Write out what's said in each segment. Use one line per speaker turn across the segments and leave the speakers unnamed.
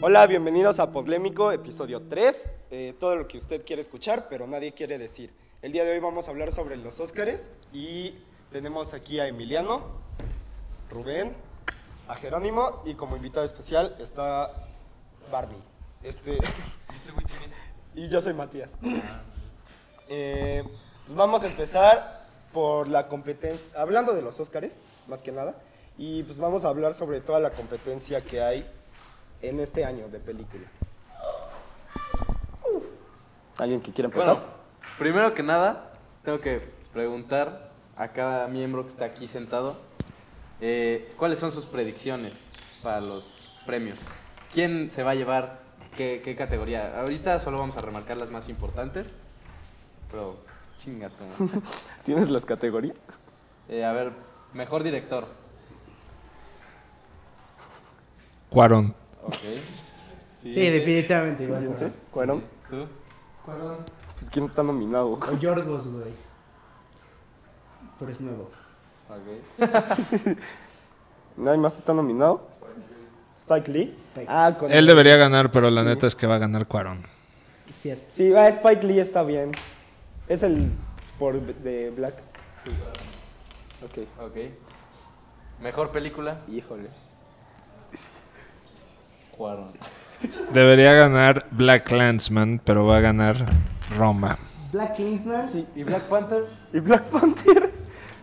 Hola, bienvenidos a Podlémico, episodio 3. eh, todo lo que usted quiere escuchar, pero nadie quiere decir. El día de hoy vamos a hablar sobre los Óscares y tenemos aquí a Emiliano, Rubén, a Jerónimo y como invitado especial está Barney. Este, y yo soy Matías. Eh, vamos a empezar por la competencia, hablando de los Óscares, más que nada, y pues vamos a hablar sobre toda la competencia que hay en este año de película. ¿Alguien que quiera empezar?
Bueno, primero que nada, tengo que preguntar a cada miembro que está aquí sentado eh, cuáles son sus predicciones para los premios. ¿Quién se va a llevar qué, qué categoría? Ahorita solo vamos a remarcar las más importantes, pero chinga tu madre.
¿Tienes las categorías?
Eh, a ver, mejor director.
Cuarón.
Ok.
Sí, definitivamente. igual, güey.
Bueno,
¿Tú?
pues ¿quién está nominado?
O Yorgos, güey. Pero es nuevo.
Ok.
¿Nadie más está nominado? Spike Lee.
Spike.
Ah, con
Él debería ganar, pero la neta es que va a ganar Cuarón.
Es cierto.
Sí, va, Spike Lee está bien. Es el por de Black. Sí. Ok.
Ok. Mejor película.
Híjole.
Cuarón.
Debería ganar Black Landsman, pero va a ganar Roma.
Black Kingsman.
Sí.
¿Y Black Panther?
¿Y Black Panther?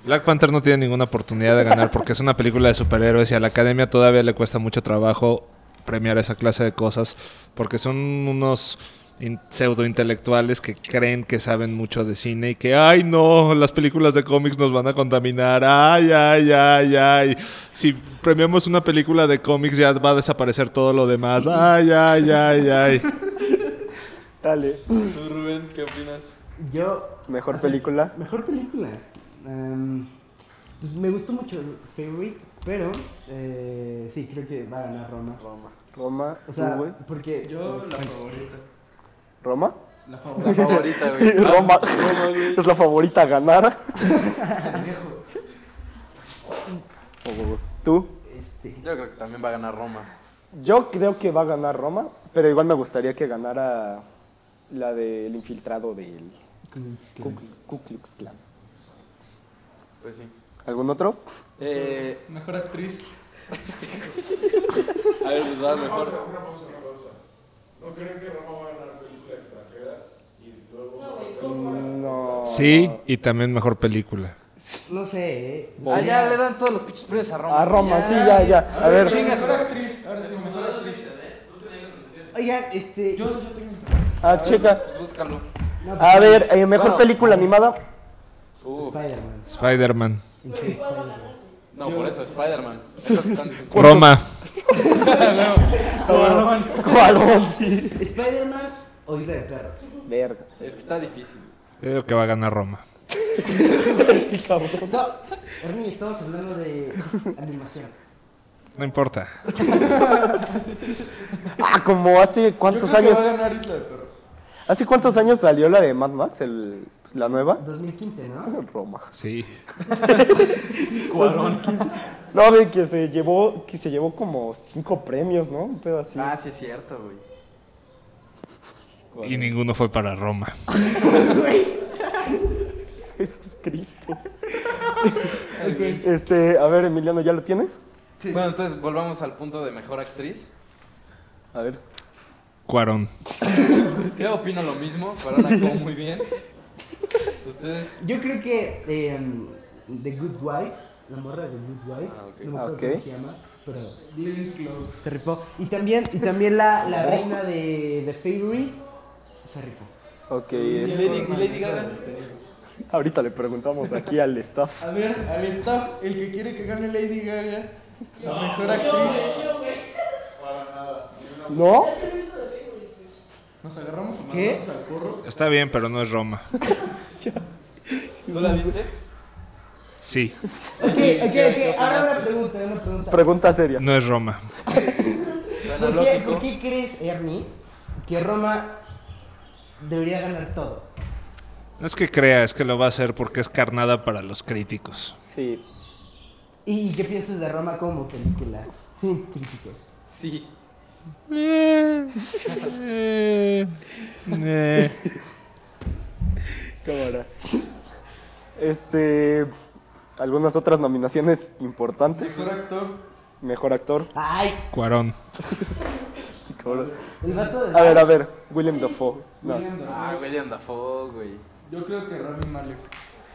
Black Panther no tiene ninguna oportunidad de ganar porque es una película de superhéroes y a la academia todavía le cuesta mucho trabajo premiar esa clase de cosas porque son unos in- pseudointelectuales que creen que saben mucho de cine y que, ay no, las películas de cómics nos van a contaminar, ay, ay, ay, ay, si premiamos una película de cómics ya va a desaparecer todo lo demás, ay, ay, ay, ay.
Dale.
¿Tú, Rubén? ¿Qué opinas?
Yo.
Mejor
así-
película.
Mejor película. Em, pues me gustó mucho Favorite, pero. eh, sí, creo que va a ganar Roma.
Roma.
Roma.
O sea,
¿tú, güey?
porque.
Yo la favorita.
¿Roma?
La
La
favorita. Ah,
favorita, güey.
Roma.
Roma, güey.
Es la favorita a ganar.
pendejo.
¿Tú?
Este.
Yo creo que también va a ganar Roma.
Yo creo que va a ganar Roma, pero igual me gustaría que ganara la del infiltrado del Ku Ku Klux Klan.
Pues sí.
¿Algún otro?
Eh,
Mejor actriz.
a ver, pues va mejor.
Una pausa, una pausa. ¿No creen que Roma va a ganar película extranjera? Y luego.
No.
Sí, y también mejor película.
No sé, eh.
Ah, ya le dan todos los pinches premios a Roma.
A Roma, sí, ya, ya. A ver,
Chingas,
mejor actriz. Ahora digo, mejor actriz.
Oigan, este.
Yo, yo tengo un
ah, checa.
Pues búscalo.
no,
A ver, eh, mejor
Bueno.
película animada.
Uh,
Spider-Man.
Spider-Man.
Pinche Spider-Man.
no, por eso, Spider-Man. Es lo que están diciendo.
Roma.
Cuarón, sí.
Spider-Man o Isla de Perros.
Verga.
Es que está difícil.
Yo digo que va a ganar Roma.
Este cabrón.
No, Ernie, estamos hablando de animación.
No importa.
Ah, como hace
Yo
cuántos
creo que
años.
va a ganar Isla de Perros.
¿Hace cuántos años salió la de Mad Max, el- la nueva? Ah,
2015, ¿no?
Roma.
Sí.
Cuarón.
No, ve que se llevó, que se llevó como cinco premios, ¿no? Un pedo así.
Ah, sí, es cierto, güey.
Y ninguno fue para Roma.
Jesús Cristo.
Ok.
Este, a ver, Emiliano, ¿ya lo tienes?
Bueno, entonces volvamos al punto de mejor actriz.
A ver.
Cuarón.
Yo opino lo mismo, Cuarón actuó muy bien. Ustedes.
Yo creo que eh, The Good Wife, la morra de The Good Wife,
Ah, ok.
no me
Ah,
acuerdo
ok.
cómo se llama, pero
Living Close.
se rifó. Y también, y también la, la reina de The Favorite se rifó.
Ok,
Y
es-
Lady, y Lady Gaga.
ahorita le preguntamos aquí al staff.
A ver, al staff, el que quiere que gane Lady Gaga. La mejor actriz.
¿No?
Nos agarramos a
¿Qué?
madrazos al corro.
Está bien, pero no es Roma.
¿Tú la viste?
Sí,
Ok, ok, ok, ahora una pregunta, una pregunta.
Pregunta seria.
no es Roma.
Suena
¿Por qué, por
lógico.
qué crees, Ernie, que Roma debería ganar todo?
No es que crea, es que lo va a hacer porque es carnada para los críticos.
Sí.
¿Y qué piensas de Roma como película? Sin críticos.
Sí.
Eh,
Eh,
Cámara. Este. Algunas otras nominaciones importantes.
Mejor actor.
Mejor actor.
Ay,
Cuarón.
Sí, cabrón.
el vato de.
A ver, a ver. William Dafoe. No.
William Dafoe.
Ah, William Dafoe, güey.
Yo creo que Rami Malek.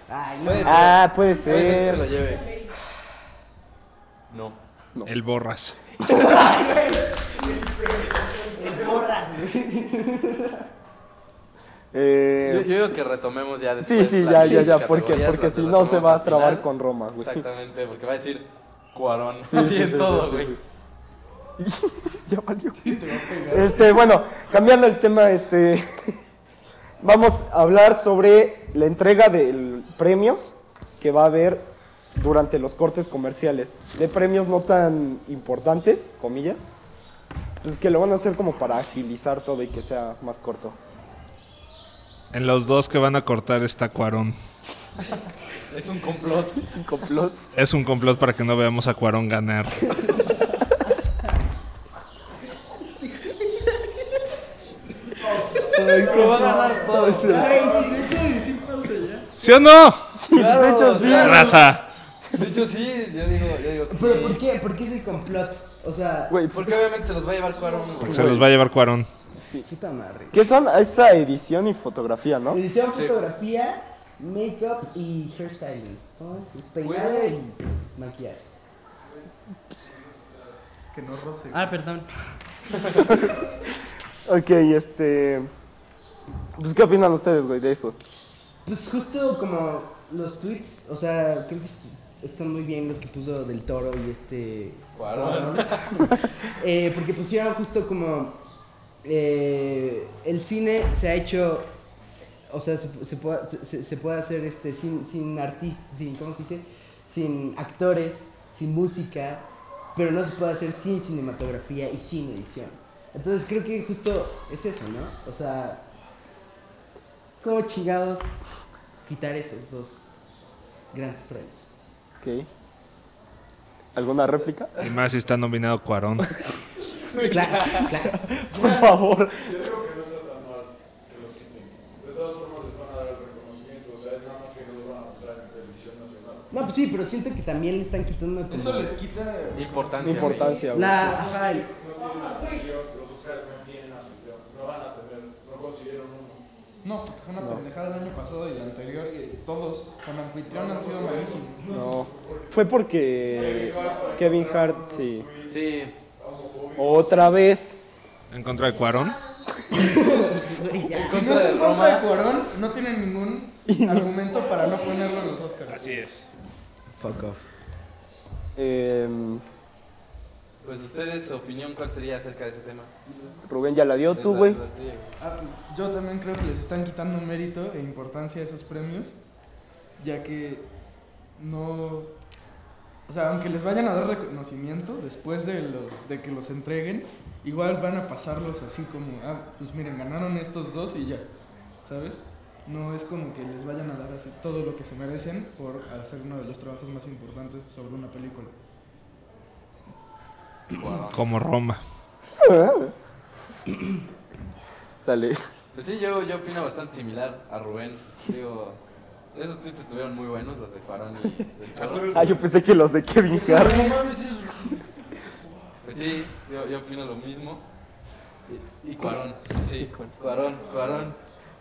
Ay, no.
Puede ser.
Ah, puede
Puede ser que se lo
ser.
lleve. No.
El Borras.
Yo,
Eh,
yo digo que retomemos ya
sí,
después.
sí,
las
ya, ya,
siguientes
ya. Porque,
categorías,
porque
las
si no se
retomamos
va a
al
trabar
final.
con Roma, güey.
Exactamente, porque va a decir Cuarón.
Sí,
Así
sí,
es
sí,
todo,
sí,
güey.
sí, sí. ya valió. Este, bueno, cambiando el tema, este. vamos a hablar sobre la entrega de premios que va a haber durante los cortes comerciales. De premios no tan importantes, comillas. Pues que lo van a hacer como para agilizar todo y que sea más corto.
En los dos que van a cortar está Cuarón.
Es un complot.
Sin complots.
Es un complot para que no veamos a Cuarón ganar.
Pero va a ganar todo.
Ay, si deja de decir pausa ya.
¿Sí o no?
Sí, de hecho sí.
Raza.
De hecho, sí, yo digo, yo digo que sí.
Pero ¿por qué? ¿Por qué es el complot? O sea,
Güey, pues,
Porque obviamente se los va a llevar Cuarón, güey.
Porque se los va a llevar Cuarón.
puta madre.
¿qué son? Esa edición y fotografía, ¿no?
Edición,
Sí.
fotografía, make-up y hairstyling. ¿Cómo es? Peinado
Güey.
y maquillaje.
Que no roce.
Ah, perdón.
Ok, este. Pues, ¿qué opinan ustedes, güey, de eso?
Pues justo como los tweets, o sea, creo que est- están muy bien los que puso del toro y este...
Cuarón.
Eh, porque pusieron justo como... eh, el cine se ha hecho... O sea, se, se puede, se- se puede hacer este sin, sin artistas, sin, ¿cómo se dice? Sin actores, sin música, pero no se puede hacer sin cinematografía y sin edición. Entonces creo que justo es eso, ¿no? O sea, ¿cómo chingados quitar esos dos grandes premios?
Ok. ¿Alguna réplica?
Y más si está nominado Cuarón.
Claro, claro.
Por favor.
Yo digo que no está tan mal que los quiten. De todas formas les van a dar el reconocimiento, o sea, es nada más que no lo van a usar en televisión nacional.
No, pues sí, pero siento que también le están quitando como
Eso les quita.
Importancia.
Importancia, güey.
la... ajá,
No
el-
tienen afición, los Oscars no tienen afición, no van a tener, no consiguieron uno.
No, porque fue una pendejada el año pasado y el anterior y todos con anfitrión han sido malísimos.
No. Fue porque Kevin Hart, sí.
güey. Sí.
Este, Otra vez.
En contra de Cuarón.
güey, ya.
Si no
contra
está
de
en contra
Roma.
de Cuarón, no tienen ningún argumento para no ponerlo en los Oscars.
es.
Fuck off.
em,
Pues ustedes, su opinión, ¿cuál sería acerca de ese tema?
Rubén ya la dio tú, güey.
La- la tuya, güey.
Ah, pues, yo también creo que les están quitando mérito e importancia a esos premios, ya que no... O sea, aunque les vayan a dar reconocimiento después de, los, de que los entreguen, igual van a pasarlos así como, ah, pues miren, ganaron estos dos y ya, ¿sabes? No es como que les vayan a dar así todo lo que se merecen por hacer uno de los trabajos más importantes sobre una película.
Como Roma.
Sale.
Pues sí, yo, yo opino bastante similar a Rubén. Digo, esos tweets estuvieron muy buenos, los de Cuarón y del Chorro.
Ah, yo pensé que los de Kevin Hart.
Pues sí, yo, yo opino lo mismo. Y, y Cuarón, sí, Cuarón, Cuarón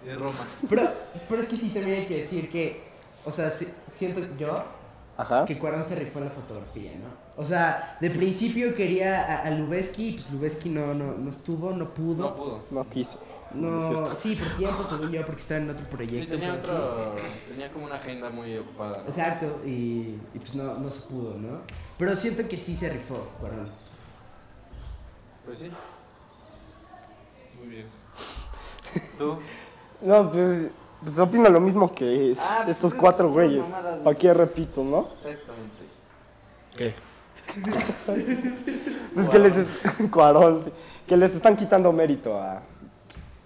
y Roma.
Pero, pero es que sí también hay que decir que, o sea, si- siento yo
Ajá.
que Cuarón se rifó en la fotografía, ¿no? O sea, de principio quería a, a Lubeski, y pues Lubeski no, no, no estuvo, no
No
pudo.
pudo.
No quiso. es
No,
cierto.
sí, por tiempo, según yo, porque estaba en otro
Sí,
este
proyecto.
tenía
pues,
pero sí.
otro, tenía como una agenda muy ocupada. ¿no?
Exacto, y, y pues no, no se pudo, ¿no? Pero siento que sí se rifó, Cuarón.
Pues sí. Muy bien. ¿Tú?
No, pues. Pues opino lo mismo que es-
Ah, pues
estos
es
cuatro
una
güeyes.
mamada, güey.
Aquí repito, ¿no?
Exactamente.
¿Qué?
Es que les, es- Cuarón, sí. que les están quitando mérito a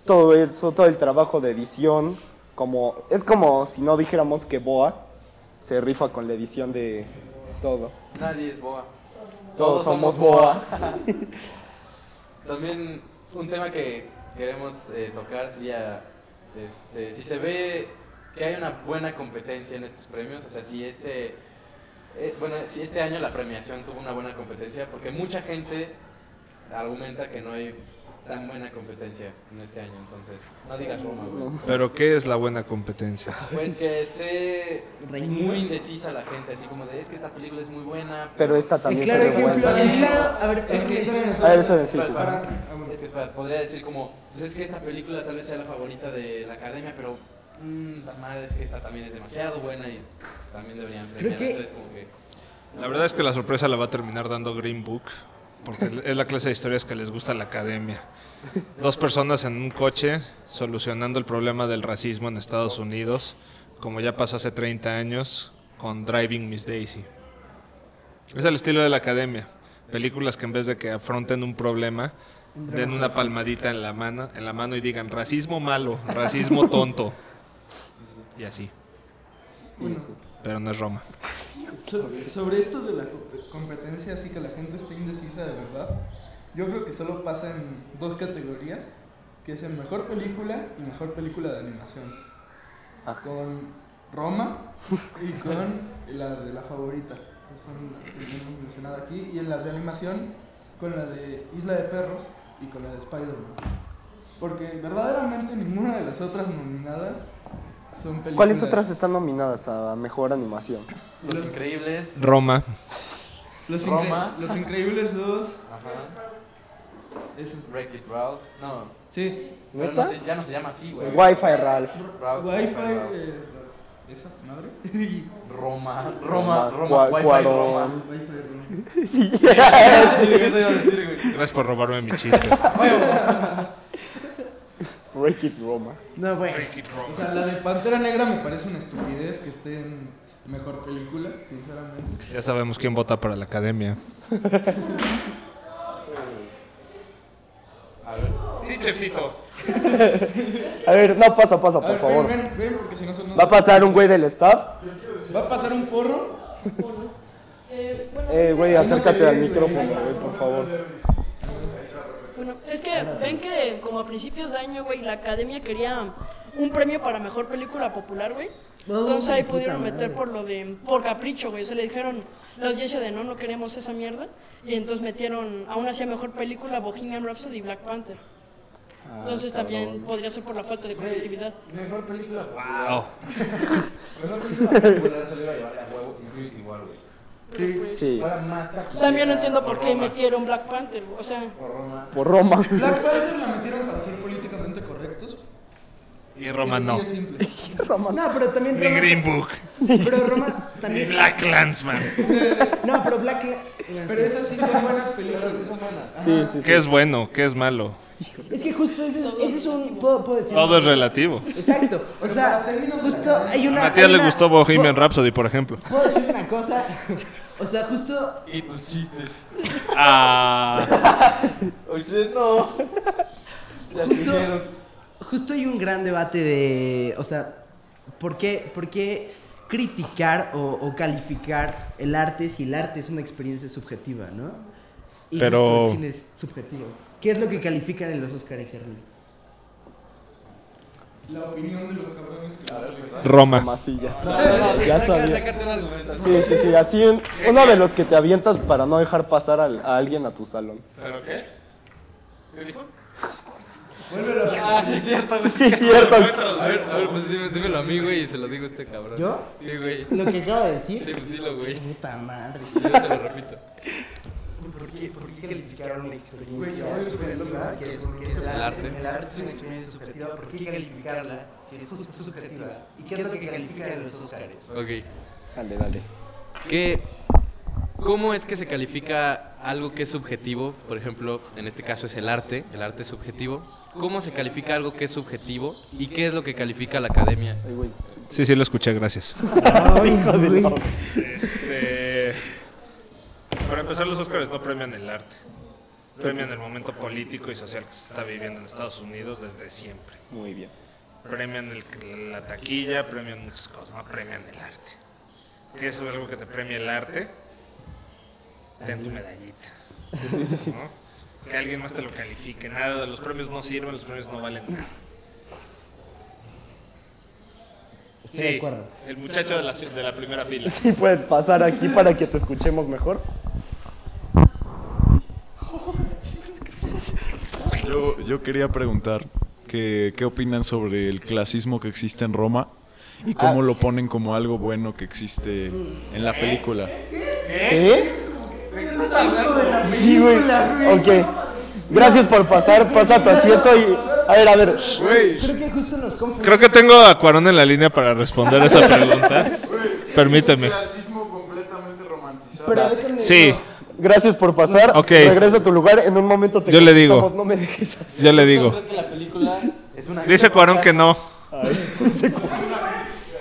todo eso, todo el trabajo de edición. Como, es como si no dijéramos que Boa se rifa con la edición de todo.
Nadie es boa.
Todos somos Boa.
También un tema que queremos eh, tocar sería este, si se ve que hay una buena competencia en estos premios, o sea, si este, eh, bueno, si este año la premiación tuvo una buena competencia, porque mucha gente argumenta que no hay tan buena competencia en este año, entonces, no digas Roma, güey.
Pero ¿qué es la buena competencia?
Pues que esté
Reñido.
muy indecisa la gente, así como de, es que esta película es muy buena,
Pero esta
El
también
claro
se ve
ejemplo,
buena.
el claro, a ver,
Es que-
A ver, esperen, sí, sí, sí.
Para-
vámonos.
Es que espera, podría decir como, pues es que esta película tal vez sea la favorita de la academia, pero mm, la madre es que esta también es demasiado buena y también deberían premiar.
que-
Entonces como que
La verdad es que la sorpresa la va a terminar dando Green Book, porque es la clase de historias que les gusta a la academia. Dos personas en un coche solucionando el problema del racismo en Estados Unidos, como ya pasó hace 30 años con Driving Miss Daisy. Es el estilo de la academia. Películas que en vez de que afronten un problema, den una palmadita en la mano, en la mano y digan racismo malo, racismo tonto. Y así.
Bueno,
Pero no es Roma.
so- sobre esto de la co- competencia, así que la gente está indecisa de verdad, yo creo que solo pasa en dos categorías, que es en mejor película y mejor película de animación.
Ajá.
Con Roma y con la de la favorita, que son las que hemos mencionado aquí, y en las de animación con la de Isla de Perros y con la de Spider-Man. Porque verdaderamente ninguna de las otras nominadas son películas.
¿Cuáles otras están nominadas a mejor animación?
Los Increíbles,
Roma.
Los,
Roma.
Incre- Los Increíbles 2.
ajá,
Eso.
Wreck It Ralph, no,
Sí.
pero no
¿Neta?
se- ya no se llama así, güey.
Wi-Fi Ralph.
Ralph,
Wi-Fi.
Ralph.
eh, esa madre. Wi-Fi.
Roma, Roma, Roma,
Cua-
Wi-Fi
Cuarón.
Roma.
Roma.
Sí.
Sí, eso iba a decir, güey.
Gracias por robarme mi chiste.
Break it Roma.
No, bueno.
O sea, la de Pantera Negra me parece una estupidez que esté en mejor película, sinceramente.
Ya sabemos quién vota para la academia.
A ver,
Sí, chefcito.
A ver, no pasa, pasa,
A
por
ver,
favor.
ven, ven, ven, porque si no son
Va a pasar un güey del staff.
¿Va a pasar un porro?
Eh, bueno,
Eh, güey,
eh,
acércate al micrófono, güey, por favor.
bueno, es que ven que como a principios de año, güey, la academia quería un premio para mejor película popular, güey.
No,
Entonces ahí
puta
pudieron
madre.
meter por lo de por capricho, güey. Se le dijeron la audiencia de no, no queremos esa mierda. Y entonces metieron, aún así a mejor película, Bohemian Rhapsody y Black Panther.
Ah,
Entonces pues. también podría ser por la falta de competitividad.
mejor película.
Wow.
Mejor película popular se lo iba a llevar a huevo Infinity War, güey.
Sí.
Sí.
Fuera más taquillera
También no entiendo por qué
Roma.
metieron Black Panther, güey, o sea,
Por Roma.
Por Roma.
Black Panther la metieron para ser políticamente correctos.
Y Roma
Eso
no.
sí es simple.
No, pero también
Ni
Roma,
Green Book.
pero Roma
Ni
también.
Black Clansman.
No, pero Black
Pero esas sí son buenas películas.
Son buenas.
Sí, sí, sí.
¿Qué es bueno? ¿Qué es malo?
Es que justo ese, es- ese es un puedo, puedo decir.
Todo es relativo.
Exacto. O sea,
para términos de
justo
la academia.
hay
A
una
Matías
hay
le
una-
gustó Bohemian
¿Puedo-
Rhapsody, por ejemplo.
Puedo decir una cosa. O sea, justo
Y
pues,
tus chistes.
Ah.
Oye, no. Ya
Justo.
siguieron.
Justo hay un gran debate de, o sea, ¿por qué, por qué criticar o, o calificar el arte si el arte es una experiencia subjetiva, ¿no? Y
Pero-
justo el cine es subjetivo. ¿Qué es lo que califican en los Oscars, Ernie?
La opinión de los cabrones que las elecciones.
Roma.
Masillas.
No, Ah, no, no,
Ya
saca-
sabía.
Sácate un argumento.
Sí, sí, sí. Así un- uno de los que te avientas para no dejar pasar al- a alguien a tu salón.
¿Pero qué? ¿Qué dijo?
Vuélvelo a
Ah, sí, cierto. güey.
Sí, cierto.
A ver, a ver, pues sí, dímelo a mí, güey, y se lo digo a este cabrón.
¿Yo?
Sí, güey.
Lo que acabo de decir.
Sí, pues dilo, güey.
Puta madre.
Yo se lo repito.
¿Por qué, por qué calificaron una experiencia
Güey, ya,
subjetiva? Que es, que es
El arte.
El arte es una experiencia subjetiva. ¿Por qué calificarla si es justo subjetiva? ¿Y qué es lo que califican en los Oscars?
Ok.
Dale, dale.
¿Qué- ¿Cómo es que se califica algo que es subjetivo? Por ejemplo, en este caso es el arte, el arte es subjetivo. ¿Cómo se califica algo que es subjetivo? ¿Y qué es lo que califica la academia?
Ay, güey.
Sí, sí, lo escuché, gracias.
Hijo de la-
Este, Para empezar, los Oscars no premian el arte. Premian el momento político y social que se está viviendo en Estados Unidos desde siempre.
Muy bien.
premian el- la taquilla, premian muchas cosas, no premian el arte. Que eso es algo que te premia el arte? Ten tu medallita. ¿no?
que alguien más te lo califique. Nada, de los premios no sirven, los premios no valen nada.
Estoy de
Sí,
acuerdo.
el muchacho de la, de la primera fila.
Sí, puedes pasar aquí para que te escuchemos mejor.
Yo, yo quería preguntar que, qué opinan sobre el clasismo que existe en Roma y cómo
Ah.
lo ponen como algo bueno que existe en la película.
¿Eh? Sí, güey. Ok. Gracias por pasar. Pasa a tu asiento y. A ver, a ver.
Creo que justo nos confundimos.
Creo que tengo a Cuarón en la línea para responder esa pregunta. Permíteme.
Clasismo completamente romantizado.
Pero déjenme.
Sí,
Gracias por pasar.
Ok.
Regresa a tu lugar. En un momento te
Yo le digo.
contestamos, No me dejes así.
yo le digo.
Creo que la película es una.
Dice Cuarón que no.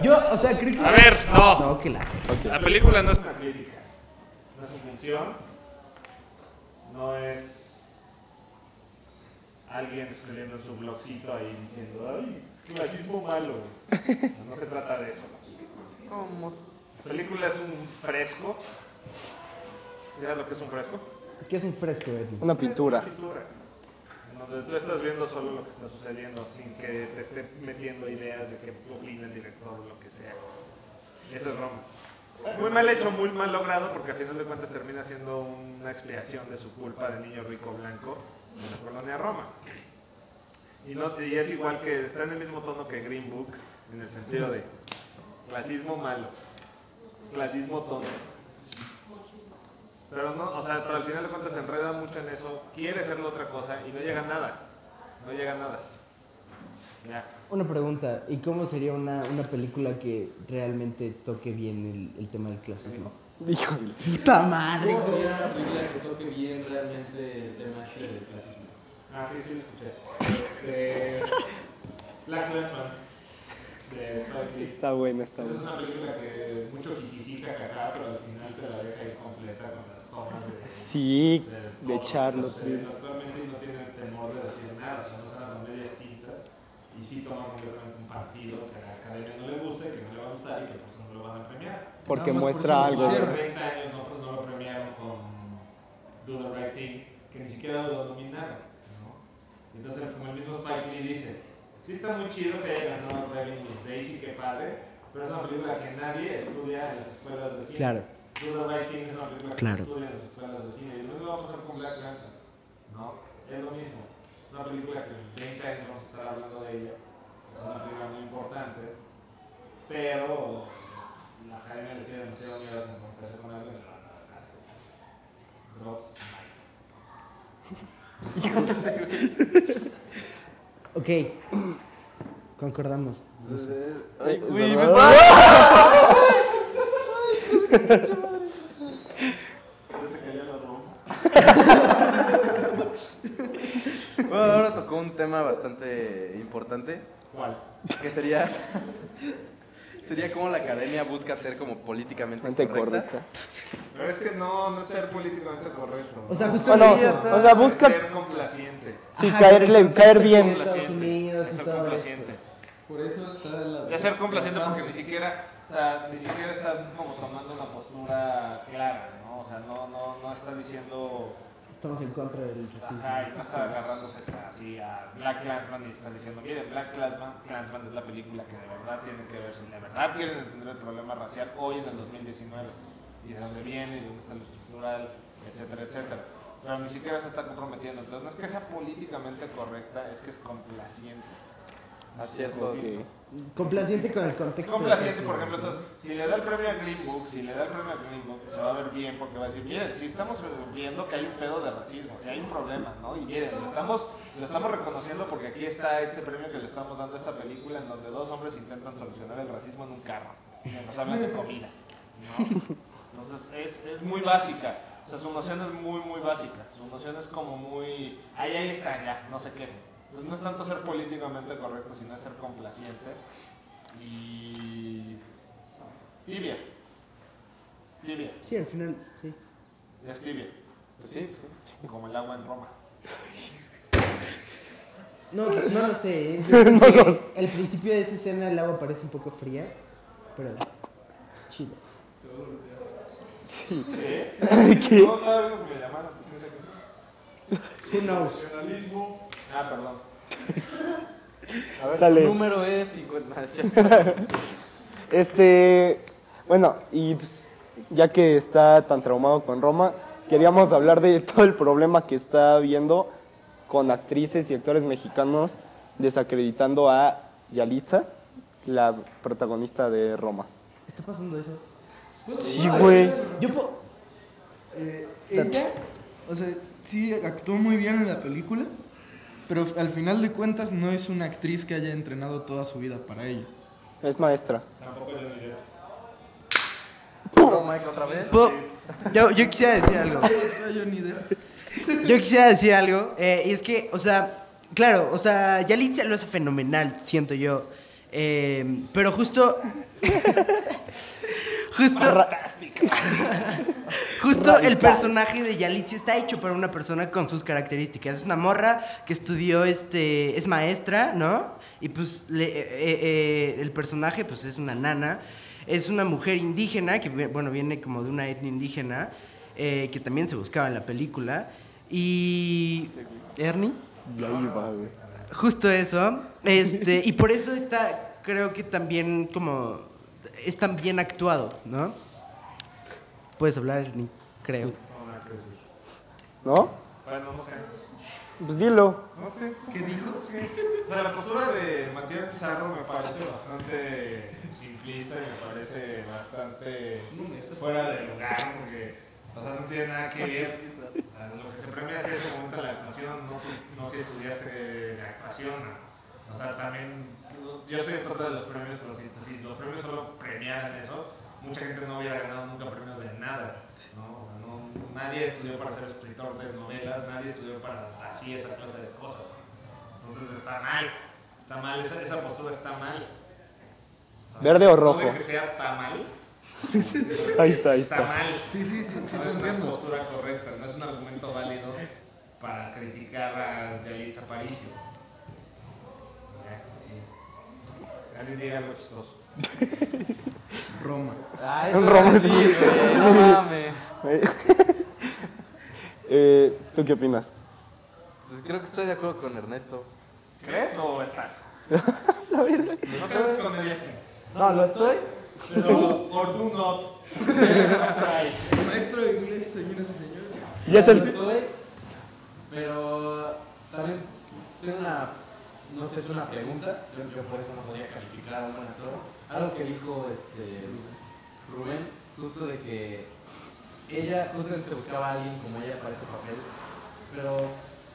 Yo, o sea, creo que.
A ver, no,
No, que la.
la película no es...
crítica. No es intención. No es alguien escribiendo en su blogcito ahí diciendo, ay, clasismo malo. No se trata de eso. La película es un fresco. ¿Sabes lo que es un fresco?
¿Qué es un fresco, Edwin?
Una pintura.
Pintura. En donde tú estás viendo solo lo que está sucediendo sin que te esté metiendo ideas de qué opina el director o lo que sea. Eso es Roma. Muy mal hecho, muy mal logrado, porque a final de cuentas termina siendo una expiación de su culpa de niño rico blanco en la colonia Roma. Y, no, y es igual que está en el mismo tono que Green Book, en el sentido de clasismo malo, clasismo tonto. Pero no, o sea, pero al final de cuentas se enreda mucho en eso, quiere hacerlo otra cosa y no llega a nada. No llega a nada. Ya.
Una pregunta, ¿y cómo sería una, una película que realmente toque bien el, el tema del clasismo?
Híjole.
¡Puta madre!
Sería una película que toque bien realmente el tema este del clasismo.
Ah, sí, sí, lo escuché. Este, Black Clansman. De Spike Lee.
Está buena, está
Es
buena.
una película que mucho jijijica, jaja, pero al final te la deja incompleta con las tomas de...
Sí,
todo
de
lo que sucede
Charlottesville.
Actualmente y no tienen temor de decir nada, son están las medias tintas y sí toman completamente un partido que a la academia no le gusta y que no le va a gustar y que por eso no lo van a premiar.
Nada más
Porque
por
muestra
eso
algo.
lo hicieron.
Hace 30 años no, no lo premiaron con Do the Right Thing, que ni siquiera lo nominaron. ¿no? Entonces, como el mismo Spike Lee dice, sí está muy chido que haya ganado Revenue Daisy, qué padre, pero es una película que nadie estudia en las escuelas de cine.
Claro.
Do the Right Thing es una película que
Claro.
se estudia en las escuelas de cine. Y lo mismo va a pasar con Black Lancer. ¿no? Es lo mismo. Es una película que en 20 años vamos a estar hablando de ella. Es una película muy importante, pero la academia le tiene demasiado miedo a confrontarse con algo. Drops.
Ok, concordamos.
Ay, es
Uy,
verdad. Bueno, ahora tocó un tema bastante importante.
¿Cuál?
Que sería. sería cómo la academia busca ser como políticamente
Mente
correcta.
correcta.
Pero es que no, no es ser políticamente correcto.
O sea,
No,
justo
Bueno,
lo mismo.
o sea,
es
busca.
ser complaciente.
Sí,
Ajá,
caerle,
que-
caer
que-
bien.
Estados Unidos y
Ser
todo
complaciente.
Por eso está la.
Ya ser complaciente porque ni siquiera, o sea, ni siquiera están como tomando una postura clara, ¿no? O sea, no, no, no están diciendo,
Estamos en contra del racismo.
ajá, y no están agarrándose así a Black Clansman y están diciendo, miren, Black Clansman, Clansman es la película que de verdad tienen que ver, si de verdad quieren entender el problema racial hoy en el 2019, y de dónde viene, y dónde está lo estructural, etcétera, etcétera. Pero ni siquiera se están comprometiendo. Entonces, no es que sea políticamente correcta, es que es complaciente.
Así es todo.
Complaciente con el
Es
contexto.
complaciente,
del
por ejemplo,
racismo.
entonces, si le da el premio a Green Book, si le da el premio a Green Book, se va a ver bien porque va a decir, miren, sí estamos viendo que hay un pedo de racismo, si hay un problema, ¿no? Y miren, lo estamos, lo estamos reconociendo porque aquí está este premio que le estamos dando a esta película en donde dos hombres intentan solucionar el racismo en un carro, nos hablan de comida, ¿no? Entonces, es, es muy básica, o sea, su noción es muy, muy básica, su noción es como muy, ahí, ahí está, ya, no se quejen. Entonces, no es tanto ser políticamente correcto, sino es ser complaciente y tibia. Tibia,
Sí, al final, sí.
es tibia. Pues sí, Como el agua en Roma.
No, no lo sé. ¿eh? Yo creo que El principio de esa escena el agua parece un poco fría, pero chido.
¿Qué? No, todavía me llamaron.
Who knows?
Nacionalismo. Ah, perdón.
A ver,
Dale.
su número es 50.
Este, bueno, y pues, ya que está tan traumado con Roma, queríamos hablar de todo el problema que está habiendo con actrices y actores mexicanos desacreditando a Yalitza, la protagonista de Roma.
¿Está pasando eso?
Sí, güey.
Yo puedo.
Eh, ella, o sea, sí actuó muy bien en la película, pero al final de cuentas no es una actriz que haya entrenado toda su vida para ello.
Es maestra.
¿Puedo? Yo, yo quisiera decir algo.
Yo ni idea.
Yo quisiera decir algo. eh, y es que, o sea, claro, o sea, Yalitza lo hace fenomenal, siento yo. Eh, pero justo. justo. justo el personaje de Yalitza está hecho para una persona con sus características. Es una morra que estudió, este. Es maestra, ¿no? Y pues le- eh, eh, eh, el personaje, pues es una nana. Es una mujer indígena, que vi- bueno, viene como de una etnia indígena, eh, que también se buscaba en la película. Y. Ernie. Justo eso. Este, y por eso está, creo que también como es tan bien actuado, ¿no? Puedes hablar, Ernie, creo.
¿No?
Bueno, no sé.
Pues dilo.
No sé. ¿Qué dijo? O sea, la postura de Matías Pizarro me parece bastante simplista y me parece bastante fuera de lugar porque, o sea, no tiene nada que ver. O sea, lo que se premia es en ese momento la actuación, no, tu- no si estudiaste actuación. ¿no? O sea, también, yo estoy en contra de los premios, pero si, si los premios solo premiaran eso, mucha gente no hubiera ganado nunca premios de nada. ¿no? O sea, no- nadie estudió para ser escritor de novelas, nadie estudió para así esa clase de cosas. Entonces está mal, está mal, esa, esa postura está mal. O sea,
¿Verde o
no
rojo?
de que sea tan mal.
Ahí está, ahí
Está mal.
Sí, sí, sí, sí,
No
te
es una
entiendo.
postura correcta, no es un argumento válido para criticar a Yalitza Aparicio. Ya, y- Alguien diga algo chistoso.
Roma.
Ah,
Un Roma.
Ah, Sí, güey, no mames.
Eh, ¿Tú qué opinas?
Pues creo que estoy de acuerdo con Ernesto.
¿Crees o estás? No te ves con medias tintas.
este?
No, lo estoy.
Pero, or do not. Try.
Maestro de inglés, señoras y señores.
Ya es
Lo
el.
estoy. Pero también tengo una. No sé, es una pregunta. Yo creo que por eso no podría calificar a un buen actor. Algo que dijo este, Rubén, justo de que ella, justo se buscaba a alguien como ella para este papel. Pero,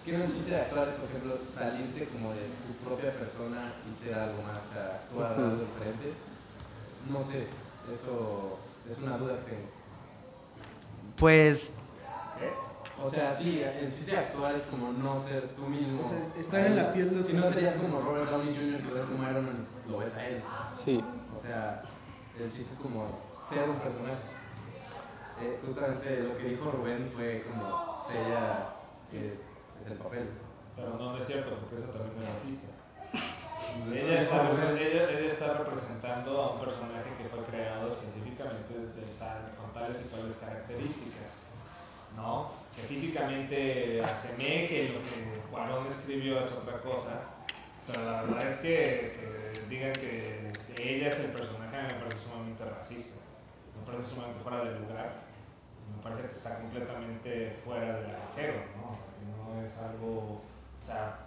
¿qué no chiste de actuar, por ejemplo, salirte como de tu propia persona y ser algo más? O sea, actuar algo diferente. No sé, eso es una duda que tengo.
Pues
O sea, sí, el chiste de actuar es como no ser tú mismo.
O sea, estar en la piel de
Si
otra
no serías
persona.
como Robert Downey Jr., que lo ves como Iron Man, lo ves a él.
Sí.
O sea, el chiste es como ser un personaje. Eh, justamente lo que dijo Rubén fue como sella si es, es el papel.
Pero no, no es cierto, porque eso también es racista.
Entonces,
Ella
Pues
está,
eso es como
repre-
Rubén.
ella- ella está representando a un personaje que fue creado específicamente de tal- con tales y tales características, ¿no? Que físicamente asemeje lo que Cuarón escribió es otra cosa, pero la verdad es que, que digan que este, ella es el personaje a mí me parece sumamente racista, me parece sumamente fuera de lugar, me parece que está completamente fuera del agujero, ¿no? O sea, que no es algo, o sea,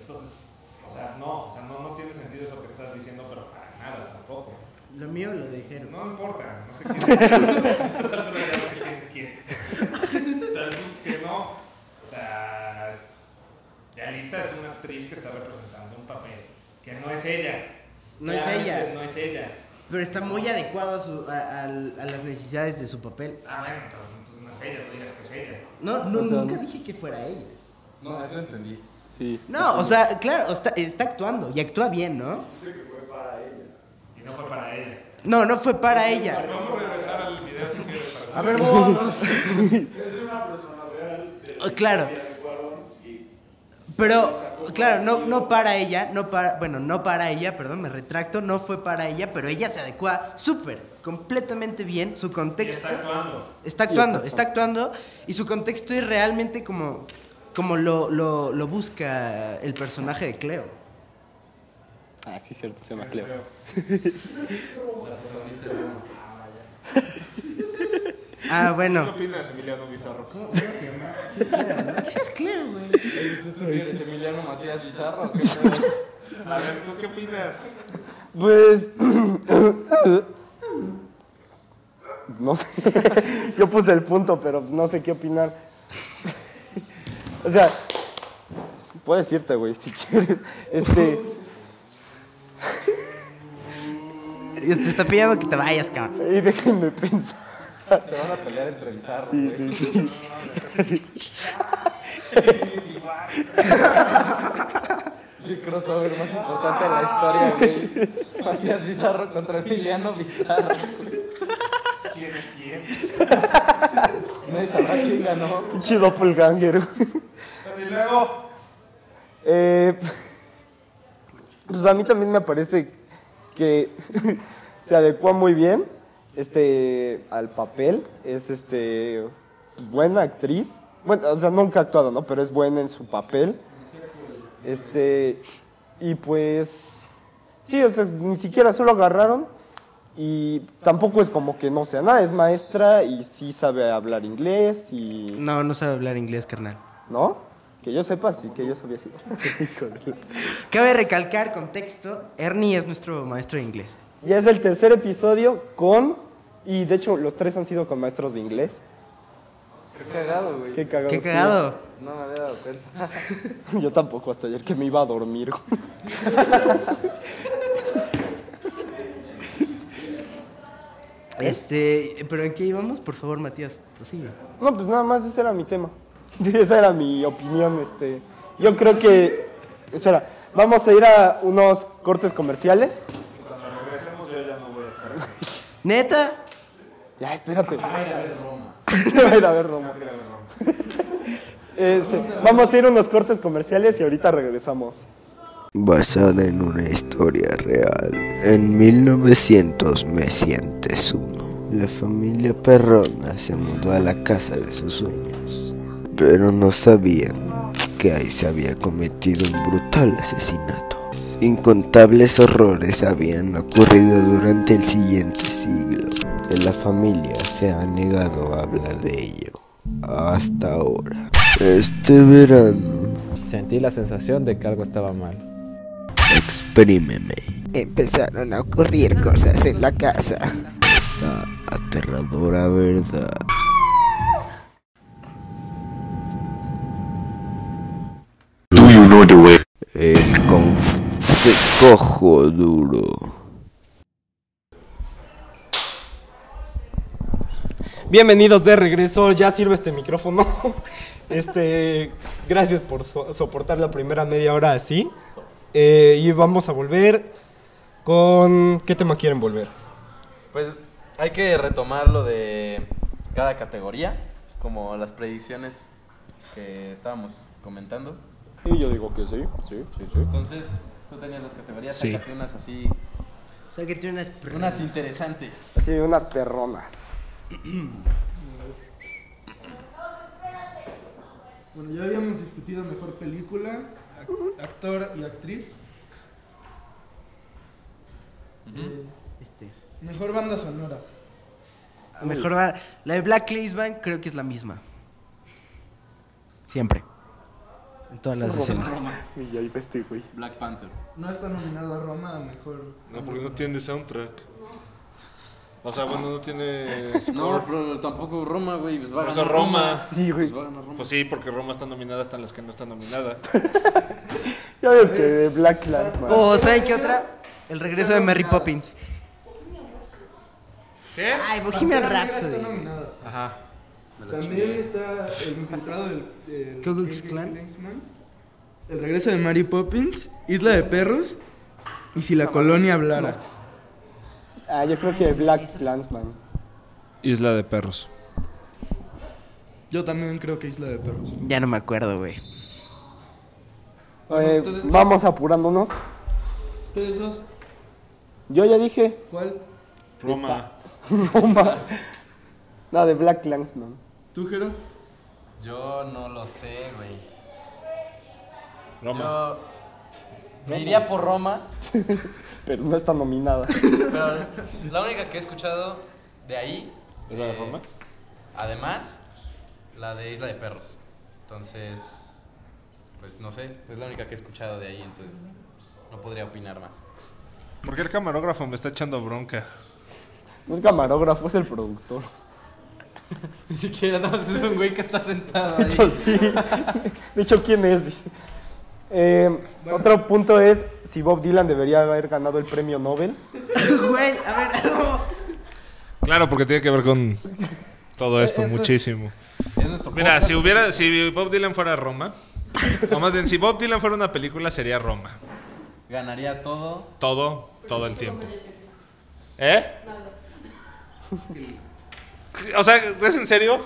entonces, o sea, no, o sea, no, no tiene sentido eso que estás diciendo, pero para nada tampoco.
lo mío lo dijeron.
No importa, no sé quién es quién. A estas alturas ya no sé quién es quién. Pero el punto es que no, o sea, Yalitza es una actriz que está representando un papel que no es ella.
No es
Claramente
ella.
No es ella.
Pero está muy adecuado a, su- a- a- a las necesidades de su papel.
Ah, bueno, pero entonces no es ella, no digas que es ella.
No, no
O sea,
nunca dije que fuera ella.
No, eso entendí.
Sí.
No, o sea, claro, está, está actuando y actúa bien, ¿no?
Y no fue para ella.
No, no fue para ella.
Vamos a regresar al video si quieres. para-
A ver, vos.
Oh, Claro. Pero, claro, no, no para ella, no para, bueno, no para ella, perdón, me retracto, no fue para ella, pero ella se adecua súper, completamente bien, su
Y
contexto.
está actuando.
Está actuando, está actuando, y su contexto es realmente como como lo, lo, lo busca el personaje de Cleo.
Ah, sí, cierto, se llama Cleo.
Ah, bueno.
¿Qué opinas, Emiliano Bizarro?
Sí, es Cleo, güey.
¿Eres Emiliano Matías Bizarro?
A ver, ¿tú qué opinas?
Pues. no sé. Yo puse el punto, pero no sé qué opinar. o sea. Puedes irte, güey, si quieres. Este.
Te está pidiendo que te vayas, cabrón.
y déjenme pensar.
Se van a pelear entre Bizarro.
Sí, sí, sí.
Che crossover más importante de la historia, güey. Matías Bizarro contra Emiliano Bizarro.
¿Quién es quién?
Nadie sabrá quién ganó.
Pinche doppelganger, güey.
Bueno, Y luego,
Eh, pues a mí también me parece que se adecua muy bien este, al papel. Es este, buena actriz. Bueno, o sea, nunca ha actuado, ¿no? Pero es buena en su papel. Este, y pues, sí, o sea, ni siquiera solo agarraron. Y tampoco es como que no sea nada, es maestra y sí sabe hablar inglés y...
No, no sabe hablar inglés, carnal.
¿No? Que yo sepa, sí, que yo sabía así. Hijo de la-
Cabe recalcar contexto, Ernie es nuestro maestro de inglés.
Ya es el tercer episodio con. Y de hecho, los tres han sido con maestros de inglés.
Qué cagado, güey.
Qué cagado.
Qué
sí.
cagado.
No me había dado cuenta.
Yo tampoco, hasta ayer que me iba a dormir. güey.
Este, pero ¿en qué íbamos? Por favor, Matías, prosigue.
No, pues nada más, ese era mi tema. Esa era mi opinión. este Yo creo que. Espera, vamos a ir a unos cortes comerciales.
cuando regresemos, yo ya no voy a estar.
¿Neta?
Ya, espérate. Se va a ir a ver Roma. Este, vamos a ir a unos cortes comerciales y ahorita regresamos.
basada en una historia real. En 1900 me sientes uno. La familia Perrona se mudó a la casa de sus sueños, pero no sabían que ahí se había cometido un brutal asesinato. Incontables horrores habían ocurrido durante el siguiente siglo, que la familia se ha negado a hablar de ello hasta ahora. Este verano
Sentí la sensación de que algo estaba mal.
Exprímeme.
Empezaron a ocurrir cosas en la casa.
Esta aterradora verdad. El conf- cojo duro.
Bienvenidos de regreso, ya sirve este micrófono. Este, gracias por so- soportar la primera media hora así. Eh, y vamos a volver con... ¿Qué tema quieren volver?
Pues hay que retomar lo de cada categoría, como las predicciones que estábamos comentando.
Y yo digo que sí, sí, sí, sí.
Entonces, tú tenías las categorías,
Sí.
sácate unas así,
O sea, que tiene unas... pr-
unas interesantes.
Así, unas perronas.
Bueno, ya habíamos discutido mejor película, ac- actor y actriz. Eh,
Este,
Mejor banda sonora.
mejor va... La de Black Lives Bank creo que es la misma. Siempre. En todas las escenas.
Y ahí vestí, güey.
Black Panther.
No está nominado a Roma a mejor.
No, porque no tiene soundtrack. O sea, bueno, no tiene
No,
score.
pero tampoco Roma, güey, pues va a
Por
ganar
eso
Roma.
Roma.
Sí, güey.
Pues va a ganar Roma.
Pues sí, porque Roma está nominada, están las que no están nominadas.
Yo digo que de Black Lives Matter.
O, ¿saben qué otra? El regreso de Mary Poppins.
¿Qué?
Ay,
Ah,
Bohemian
Pantera Negra Está
Rhapsody.
nominado.
Ajá.
También está el infiltrado del. del
Ku Klux
Ku
Klan.
Klansman. El regreso de Mary Poppins, Isla de Perros y Si la Colonia Hablara.
Ah, yo creo que Black Clansman.
Isla de perros.
Yo también creo que Isla de Perros.
Ya no me acuerdo, güey.
Bueno,
Eh,
ustedes dos.
vamos apurándonos.
¿Ustedes dos?
Yo ya dije,
¿Cuál?
Roma.
Roma. Nada, de Black Clansman.
¿Tú, Jero?
Yo no lo sé, güey.
Roma.
Yo me iría por Roma,
Pero no está nominada.
pero la única que he escuchado de ahí.
¿Es la de
eh,
Roma?
Además, la de Isla de Perros. Entonces, pues no sé, es la única que he escuchado de ahí, entonces no podría opinar más.
¿Por qué el camarógrafo me está echando bronca?
No es camarógrafo, es el productor.
Ni siquiera nada más es un güey que está sentado
De hecho, sí. De hecho, ¿quién es? Dice. Eh, Otro punto es si Bob Dylan debería haber ganado el premio Nobel.
Güey, a ver, no.
Claro, porque tiene que ver con todo esto
Eso es-
muchísimo.
Es nuestro
Mira,
podcast.
si hubiera, si Bob Dylan fuera Roma, o más bien, si Bob Dylan fuera una película, sería Roma.
Ganaría todo.
Todo, todo el tiempo. ¿Eh? O sea, ¿es en serio?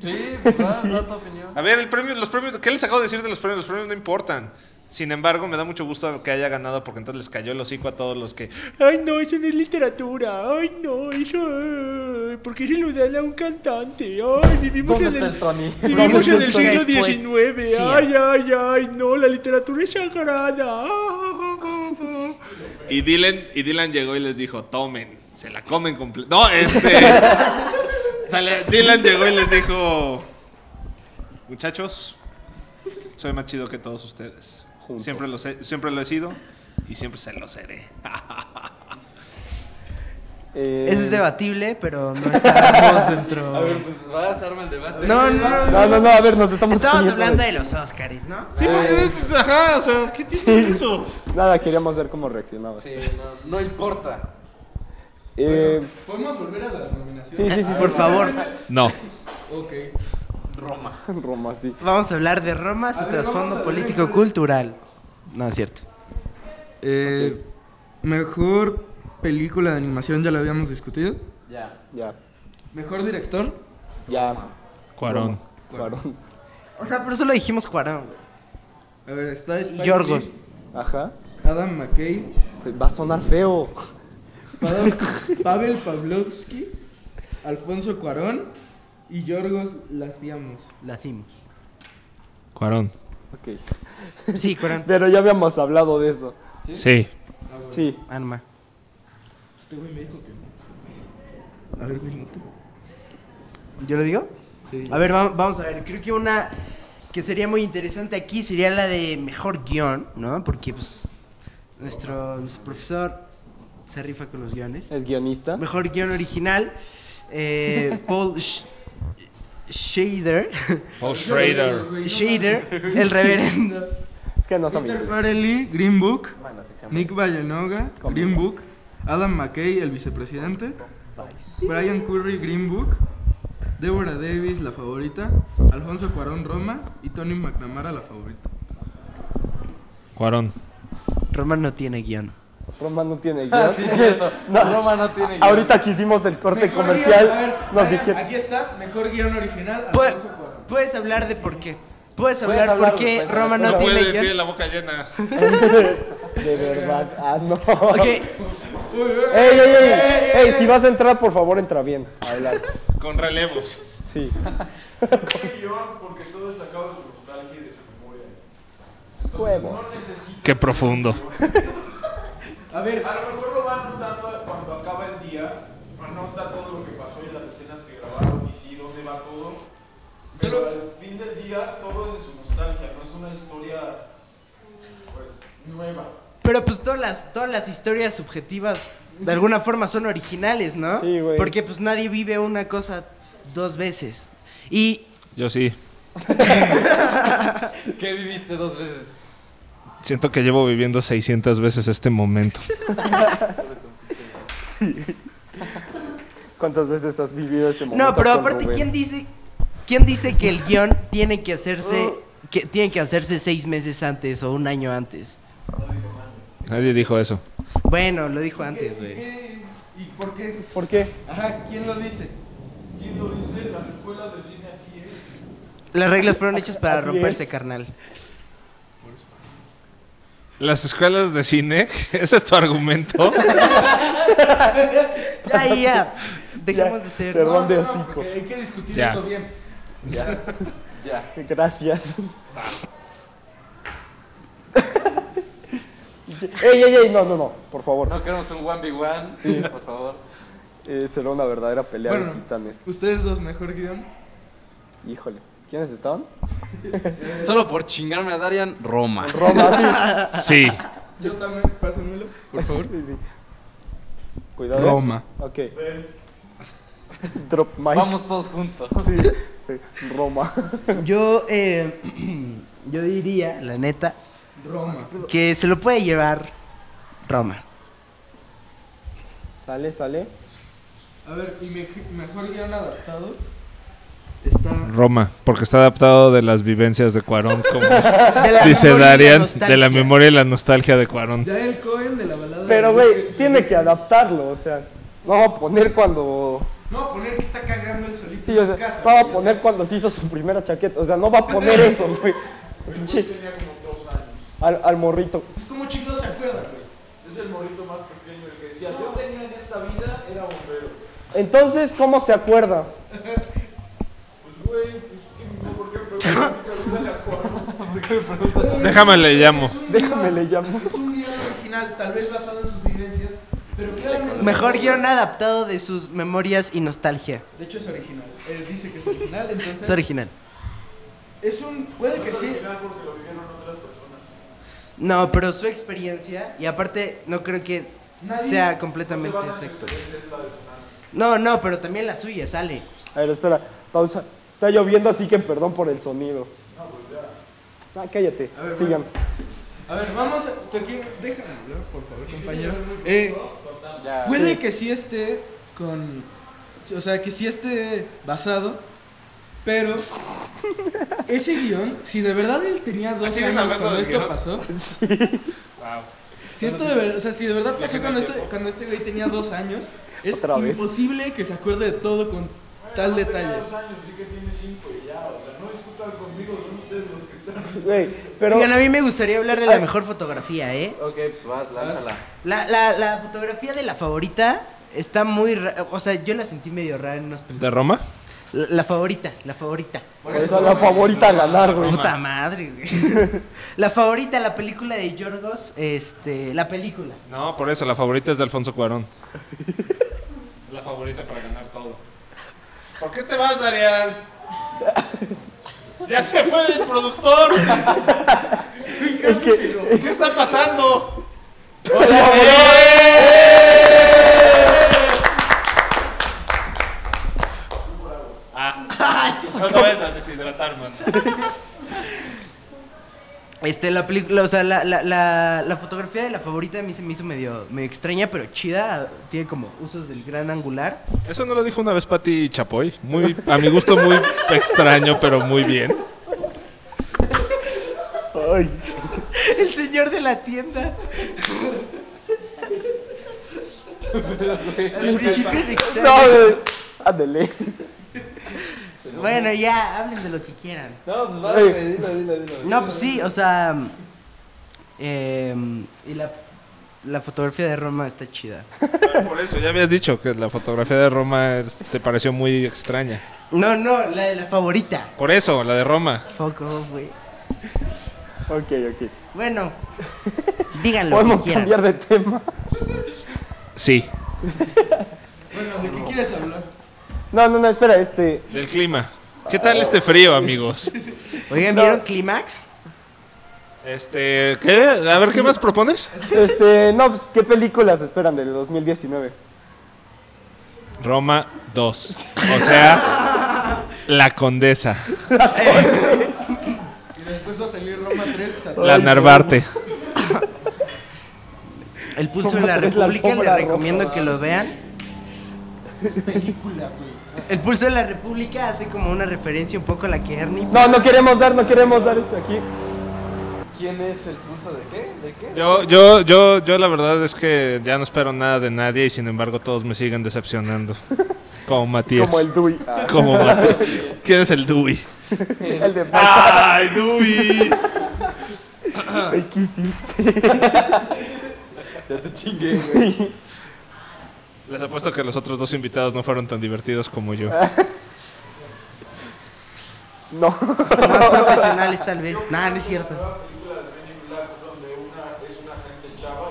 Sí, ¿verdad? Da tu opinión.
A ver, el premio, los premios, ¿qué les acabo de decir de los premios? Los premios no importan. Sin embargo, me da mucho gusto que haya ganado porque entonces les cayó el hocico a todos los que. Ay, no, eso no es literatura. Ay, no, eso. eh, ¿Por qué se lo dan a un cantante? Ay, vivimos
¿Dónde
en
está
el.
el Tony?
Vivimos en el
Justo
siglo
después.
XIX.
Sí,
Ay, ay, ay, no, la literatura es sagrada. Ah, ah, ah, ah. Y Dylan, y Dylan llegó y les dijo, tomen, se la comen completa. No, este. o sea, le- Dylan llegó y les dijo, muchachos, soy más chido que todos ustedes. Siempre lo, sé- siempre lo he sido y siempre se lo seré.
Eh,
Eso es debatible, pero no estamos dentro.
A ver, pues vas a armar el debate.
No, no, no.
No, no, no, a ver, nos estamos.
Estábamos
poniendo Eh.
hablando de los Oscars, ¿no?
Sí, porque, ajá, o sea, ¿qué tiene eso?
Nada, queríamos ver cómo reaccionaba.
Sí, no, no importa.
Eh,
¿Podemos volver a las nominaciones? Ah,
sí, sí, sí.
Por favor,
No.
Ok.
Roma.
Roma, sí.
vamos a hablar de Roma, su
A ver, vamos
trasfondo
a ver.
político-cultural. No, es cierto.
Eh, Mejor película de animación, ya la habíamos discutido.
Ya.
Ya,
Mejor director.
ya.
Cuarón.
Cuarón.
O sea, por eso lo dijimos Cuarón, güey.
A ver, está Spike
Yorgos.
Lee,
Ajá.
Adam McKay.
Se- va a sonar feo.
Pavel, Pavel Pavlovsky. Alfonso Cuarón. Y Yorgos Laciamos.
La hicimos.
Cuarón.
Ok.
Sí, Cuarón.
Pero ya habíamos hablado de eso.
Sí.
Ah, bueno.
Sí.
Anma.
Este güey me dijo que no. A ver, güey, no te-
¿Yo lo digo?
Sí.
A ver, va- vamos a ver. Creo que una que sería muy interesante aquí sería la de mejor guión, ¿no? Porque pues, nuestro, nuestro profesor se rifa con los guiones.
Es guionista.
Mejor guión original, eh, Paul Sch- Shader.
Paul Schrader.
Shader, el reverendo.
Es que no sabe
Peter
inglés.
Farrelly, Green Book.
Bueno, sección.
Nick Vallenoga, Green Book. Adam McKay, el vicepresidente. Brian Curry, Green Book. Deborah Davis, la favorita. Alfonso Cuarón, Roma. Y Tony McNamara, la favorita.
Cuarón.
Roman no tiene guión.
Roma no tiene guión.
Ah, sí, cierto.
No.
Roma no tiene guión.
Ahorita que hicimos el corte
Mejor
comercial,
guión, a ver,
nos
Brian,
dijeron.
Aquí está, mejor guión original,
Puedes,
Alfonso Cuarón.
puedes hablar de por qué. Puedes hablar
hablarlo,
por qué
puedes
Roman no
No
tiene
puede, tiene
guión.
la boca llena.
De verdad. Ah, no.
Ok,
Ey, ey, ey. Ey, si vas a entrar, por favor, entra bien. Adelante.
Con relevos.
Sí.
porque todo es sacado de su nostalgia y de su memoria.
Huevos.
Qué profundo.
A ver,
A lo mejor lo va anotando cuando acaba el día, anota todo lo que pasó y las escenas que grabaron y sí, dónde va todo. Pero al fin del día todo es de su nostalgia, no es una historia pues nueva.
Pero pues todas las, todas las historias subjetivas de alguna forma son originales, ¿no?
Sí, güey.
Porque pues nadie vive una cosa dos veces. Y
Yo sí.
¿Qué viviste dos veces?
Siento que llevo viviendo 600 veces este momento.
¿Cuántas veces has vivido este momento?
no, pero
con
aparte
Rubén?
quién dice quién dice que el guión tiene que hacerse que tiene que hacerse seis meses antes o un año antes.
Nadie dijo eso.
Bueno, lo dijo
¿qué-
antes, güey.
qué- ¿y por qué?
¿Por qué?
Ajá, ¿quién lo dice?
¿Quién lo dice? Las escuelas de cine así es.
Las reglas fueron hechas para
Así
romperse,
es.
carnal.
Las escuelas de cine, ese es tu argumento.
Ya, ya. Dejemos de ser.
cerró. Perdón, de hocico.
porque hay que discutir
Ya.
esto bien.
Ya.
Gracias. Ey, ey, ey, no, no, no, por favor.
No queremos un 1v1, sí, por favor.
Eh, será una verdadera pelea
Bueno.
de titanes.
Ustedes dos, mejor guión.
Híjole, ¿quiénes estaban?
Solo por chingarme a Darian, Roma.
Roma, sí.
Sí.
Yo también, pásenmelo, por favor.
Sí, sí. Cuidado. eh.
Roma.
Ok. Drop mic.
Vamos todos juntos.
Sí. Roma.
Yo, eh, yo diría, la neta,
Roma.
que se lo puede llevar Roma.
Sale, sale.
A ver, y mej- mejor guión adaptado está
Roma, porque está adaptado de las vivencias de Cuarón, como
De la
dice
memoria y la
Darian, de
nostalgia.
la memoria y la nostalgia de Cuarón.
Yael Cohen de la balada.
Pero,
de-
güey, tiene que adaptarlo, o sea. No va a poner cuando.
No, poner que está cagando el solito
Sí,
en
o sea,
su casa.
no va a
güey, o
poner cuando se hizo su primera chaqueta. O sea, no va a poner eso, güey. Pinche- Al, al morrito.
sea, Es como chingados se acuerda, güey.
Es el morrito más pequeño, el que decía, yo tenía en esta vida, era bombero.
Entonces, ¿cómo se acuerda?
Pues, güey, pues, ¿qué, ¿por qué me preguntas? Pregúntale a Cuarón.
Déjame le llamo.
Déjame le llamo.
Es un guión original, tal vez basado en sus vivencias, pero claramente.
Mejor guión adaptado de sus memorias y nostalgia.
De hecho es original. Él dice que es original, entonces.
Es original.
Es un. Puede que sí.
No, pero su experiencia, y aparte no creo que
Nadie-
sea completamente exacto. No, no, pero también la suya, sale.
A ver, espera, pausa. Está lloviendo, así que perdón por el sonido. No, pues ya. Ah, cállate,
A ver,
sigan.
A ver, vamos a. te quiero- Déjame hablar, por favor, compañero. Eh,
Ya.
puede que sí esté con. O sea, que sí esté basado, pero. Ese guión, si de verdad él tenía dos
siguen
años
hablando
cuando
del
esto
guión.
pasó. Si esto de verdad, o sea, si de verdad pasó cuando este, cuando este güey tenía dos años, es
Otra vez.
imposible que se acuerde de todo con tal detalle.
Güey, pero.
Oigan, a mí me gustaría hablar de la
Ay.
mejor fotografía, ¿eh?
Ok, pues vas, lánzala.
La, la, la fotografía de la favorita está muy... ra- O sea, yo la sentí medio rara en unos...
¿De Roma?
La, la favorita, la favorita.
Por eso la favorita a ganar, güey.
Puta madre, güey. la favorita, la película de Yorgos, este... La película.
No, por eso, la favorita es de Alfonso Cuarón.
La favorita para ganar todo. ¿Por qué te vas, Darian? ¡Ya se fue el productor!
Es que.
¿Qué está pasando? No te vayas a deshidratar, man.
Este, la película, o sea, la, la, la, la fotografía de la favorita a mí se me hizo medio, medio extraña, pero chida. Tiene como usos del gran angular.
Eso no lo dijo una vez Pati Chapoy. Muy, a mi gusto, muy extraño, pero muy bien.
Ay,
El señor de la tienda. El principio es extraño.
no, güey. Ándele.
Bueno, ya, hablen de lo que quieran.
No, pues vas,
Ey.
güey, dilo, dilo, dilo.
No, pues sí, o sea. em, y la, la fotografía de Roma está chida.
Por eso, ya habías dicho que la fotografía de Roma es- te pareció muy extraña.
No, no, la de la favorita.
Por eso, la de Roma.
Foco, güey.
Ok, ok.
Bueno, digan lo
Podemos
que quieran.
cambiar de tema.
Sí.
Bueno, ¿de qué quieres hablar?
No, no, no, espera, este.
Del clima. ¿Qué tal este frío, amigos?
Oigan, ¿vieron Clímax?
Este, ¿qué? A ver, ¿qué más propones?
Este, no, pues, ¿qué películas esperan del 2019?
Roma 2. O sea, la condesa.
Y después va a salir Roma 3. a-
La Narvarte.
El pulso
Roma
de la
tres, la
República,
alfombra
les recomiendo
roja.
que lo vean.
Película, güey.
El pulso de la República hace como una referencia un poco a la que Ernie.
No, no queremos dar, no queremos dar este. esto aquí.
¿Quién es el pulso de qué? ¿De qué?
Yo, yo, yo, yo la verdad es que ya no espero nada de nadie y sin embargo todos me siguen decepcionando. Como Matías.
Como el Dewey.
Como Matías. ¿Quién es el Dewey? Eh.
El de.
¡Ay, Dewey! Ah.
Ay, ¿Qué hiciste?
Ya te chingué, güey.
Les apuesto que los otros dos invitados no fueron tan divertidos como yo.
No.
Más profesionales, tal vez. Nah, no es cierto.
película de Benny Black donde una es una gente chava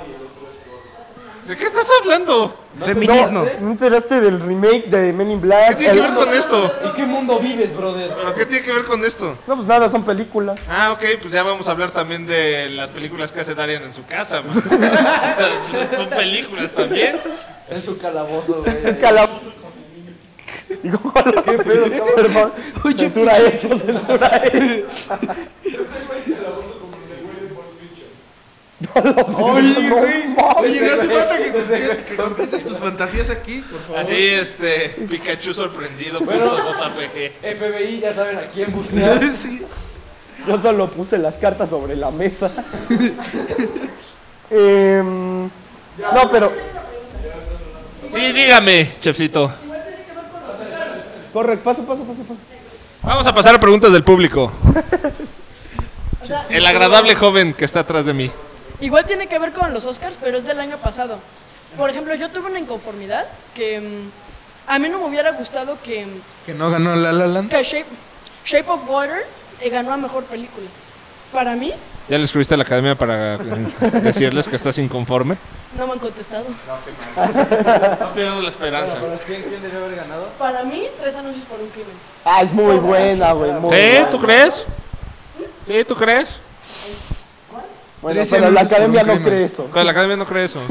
¿De qué estás hablando?
Feminismo.
¿No enteraste del remake de Men in Black?
¿Qué tiene que
El-
ver con esto?
¿En qué mundo vives, brother?
¿Pero qué tiene que ver con esto?
No, pues nada, son películas.
Ah, ok, pues ya vamos a hablar también de las películas que hace Darian en su casa. man. Son películas también.
Es su calabozo, güey.
Es un calabozo. Digo, ¿Qué pedo, Perdón. censura eso, censura eso.
Oye,
No
güey.
mames,
Oye, no hace falta que confie- que confieses tus fantasías aquí, por favor.
Así, este, Pikachu sorprendido por los JPG.
FBI, ya saben a quién buscar.
Sí.
Yo solo puse las cartas sobre la mesa. Em, no, pero
Sí, dígame, chefcito.
corre, pasa, pasa, pasa, pasa.
Vamos a pasar a preguntas del público. El agradable joven que está atrás de mí.
Igual tiene que ver con los Oscars, pero es del año pasado. Por ejemplo, yo tuve una inconformidad que mm, a mí no me hubiera gustado que, mm,
Que no ganó La La Land.
que Shape, Shape of Water eh, ganó a mejor película. Para mí,
¿Ya le escribiste a la academia para eh, decirles que estás inconforme?
no me han contestado.
No pierdo la esperanza.
¿Quién, quién debió haber ganado?
Para mí, tres anuncios por un crimen.
Ah, es muy buena, güey. muy
¿Sí?
buena.
¿Tú crees? ¿Sí? ¿Tú crees?
Bueno,
Trece
pero la
anuncios por
academia
un
no
crimen.
cree eso.
Pero la academia no cree eso.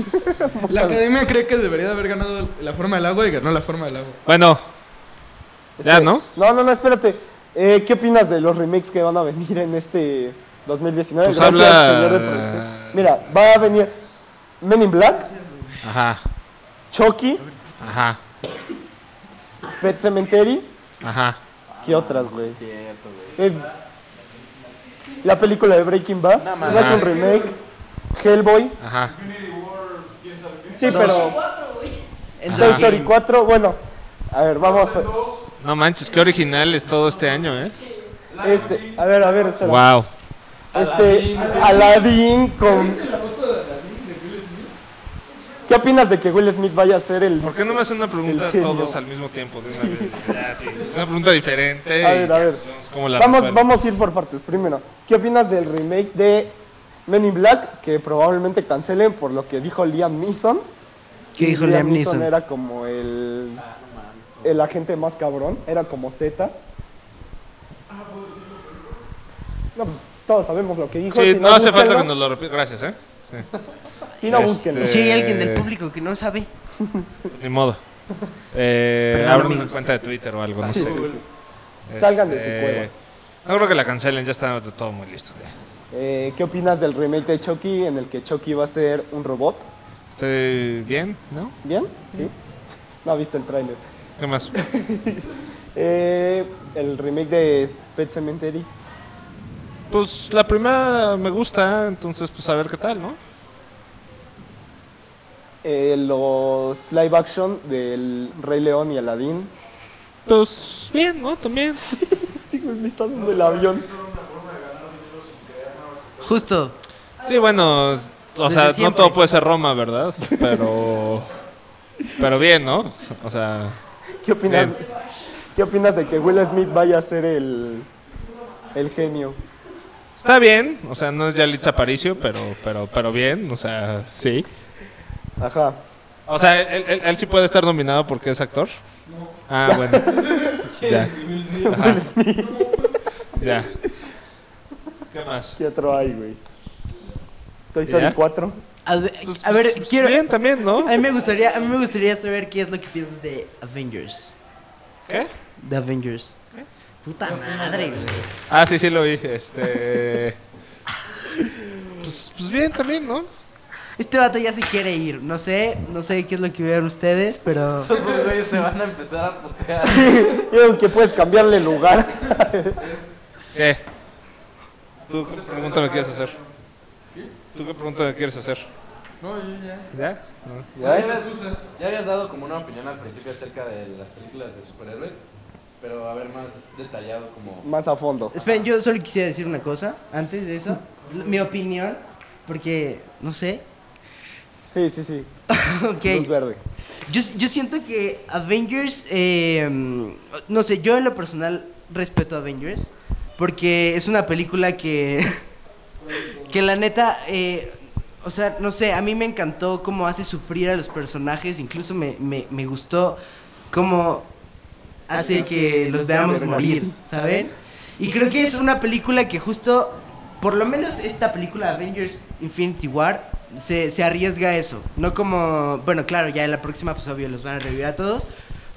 La academia cree que debería de haber ganado La Forma del Agua y ganó La Forma del Agua.
Bueno. Ya,
Este,
¿no?
No, no, no, espérate. Eh, ¿Qué opinas de los remakes que van a venir en este 2019?
Pues habla-
señor de producción. Mira, va a venir Men in Black,
Ajá,
Chucky,
ajá,
Pet Cemetery.
ajá.
¿Qué otras, güey? Eh, la película de Breaking Bad.
Nada
No,
más.
es un remake. Hellboy.
Ajá.
Sí, pero Toy
Ajá.
Story 4. Bueno, a ver, vamos a.
No manches, qué original es todo este año, ¿eh?
Este, a ver, a ver, espera.
Wow.
Este, Aladdin con. ¿Qué opinas de que Will Smith vaya a ser el.?
¿Por qué no me hacen una pregunta
El
a
genio.
todos al mismo tiempo? De una, vez? Ya, sí. una pregunta diferente.
A
y
ver,
ya,
a ver.
pues, vemos cómo la
Vamos,
resuelvo.
vamos a ir por partes. Primero, ¿qué opinas del remake de Men in Black? Que probablemente cancelen por lo que dijo Liam Neeson.
¿Qué dijo Liam Neeson?
era como el. El agente más cabrón. Era como Z. No, pues, todos sabemos lo que dijo.
Sí,
si
no hace falta que
búsquenlo.
nos lo repita. Gracias, ¿eh? Sí.
Si no,
Este-
búsquenlo.
Si hay alguien del público que no sabe.
Ni modo. Eh,
Perdón,
abran una
amigos.
cuenta de Twitter o algo, no sé.
Salgan de su
Este,
cueva.
No creo que la cancelen, ya está todo muy listo. ya.
Eh, ¿Qué opinas del remake de Chucky en el que Chucky va a ser un robot?
¿Estoy Eh, bien? ¿No?
¿Bien? ¿Sí? No viste el tráiler.
¿Qué más?
Eh, el remake de Pet Cemetery.
Pues la primera me gusta, entonces pues a ver qué tal, ¿no?
Eh, los live action del Rey León y Aladdin.
Pues bien, ¿no? También.
Este güey me está dando el avión.
Justo.
Sí, bueno, o
Desde
sea, no
siempre.
todo puede ser Roma, ¿verdad? Pero pero bien, ¿no? O sea,
¿Qué opinas,
Bien.
¿Qué opinas de que Will Smith vaya a ser el, el genio?
está bien, o sea, no es Yalitza Aparicio, pero pero pero bien, o sea, sí.
Ajá.
O sea, él, él- él sí puede estar nominado porque es actor. Ah, bueno. ya. Ajá. ya. ¿Qué más?
¿Qué otro hay, güey? Toy Story
¿Ya?
4.
A ver,
Pues-
a ver,
pues
quiero.
Bien también, ¿no?
A mí me gustaría, a mí me gustaría saber qué es lo que piensas de Avengers.
¿Qué?
De Avengers. Puta madre. güey.
Ah, sí, sí lo vi. Este. pues, pues bien también, ¿no?
Este vato ya se quiere ir. No sé, no sé qué es lo que vean ustedes, pero.
Estos dos güeyes se van a empezar a putear.
Yo creo que puedes cambiarle lugar.
¿Qué? ¿Tú qué pregunta me quieres hacer? ¿Tú qué pregunta me quieres hacer?
No, yo ya.
¿Ya?
Ya habías, ya habías dado como una opinión al principio acerca de las películas de superhéroes, pero a ver más detallado como...
Más a fondo.
Esperen, yo solo quisiera decir una cosa antes de eso. Mi opinión, porque no sé.
Sí, sí, sí.
ok.
Luz verde.
Yo, yo siento que Avengers, eh, no sé, yo en lo personal respeto a Avengers porque es una película que, que la neta, eh, O sea, no sé, a mí me encantó cómo hace sufrir a los personajes, incluso me, me, me gustó cómo hace que los veamos morir, ¿saben? Y creo que es una película que justo, por lo menos esta película Avengers Infinity War, se, se arriesga a eso. No como, bueno, claro, ya en la próxima, pues obvio, los van a revivir a todos,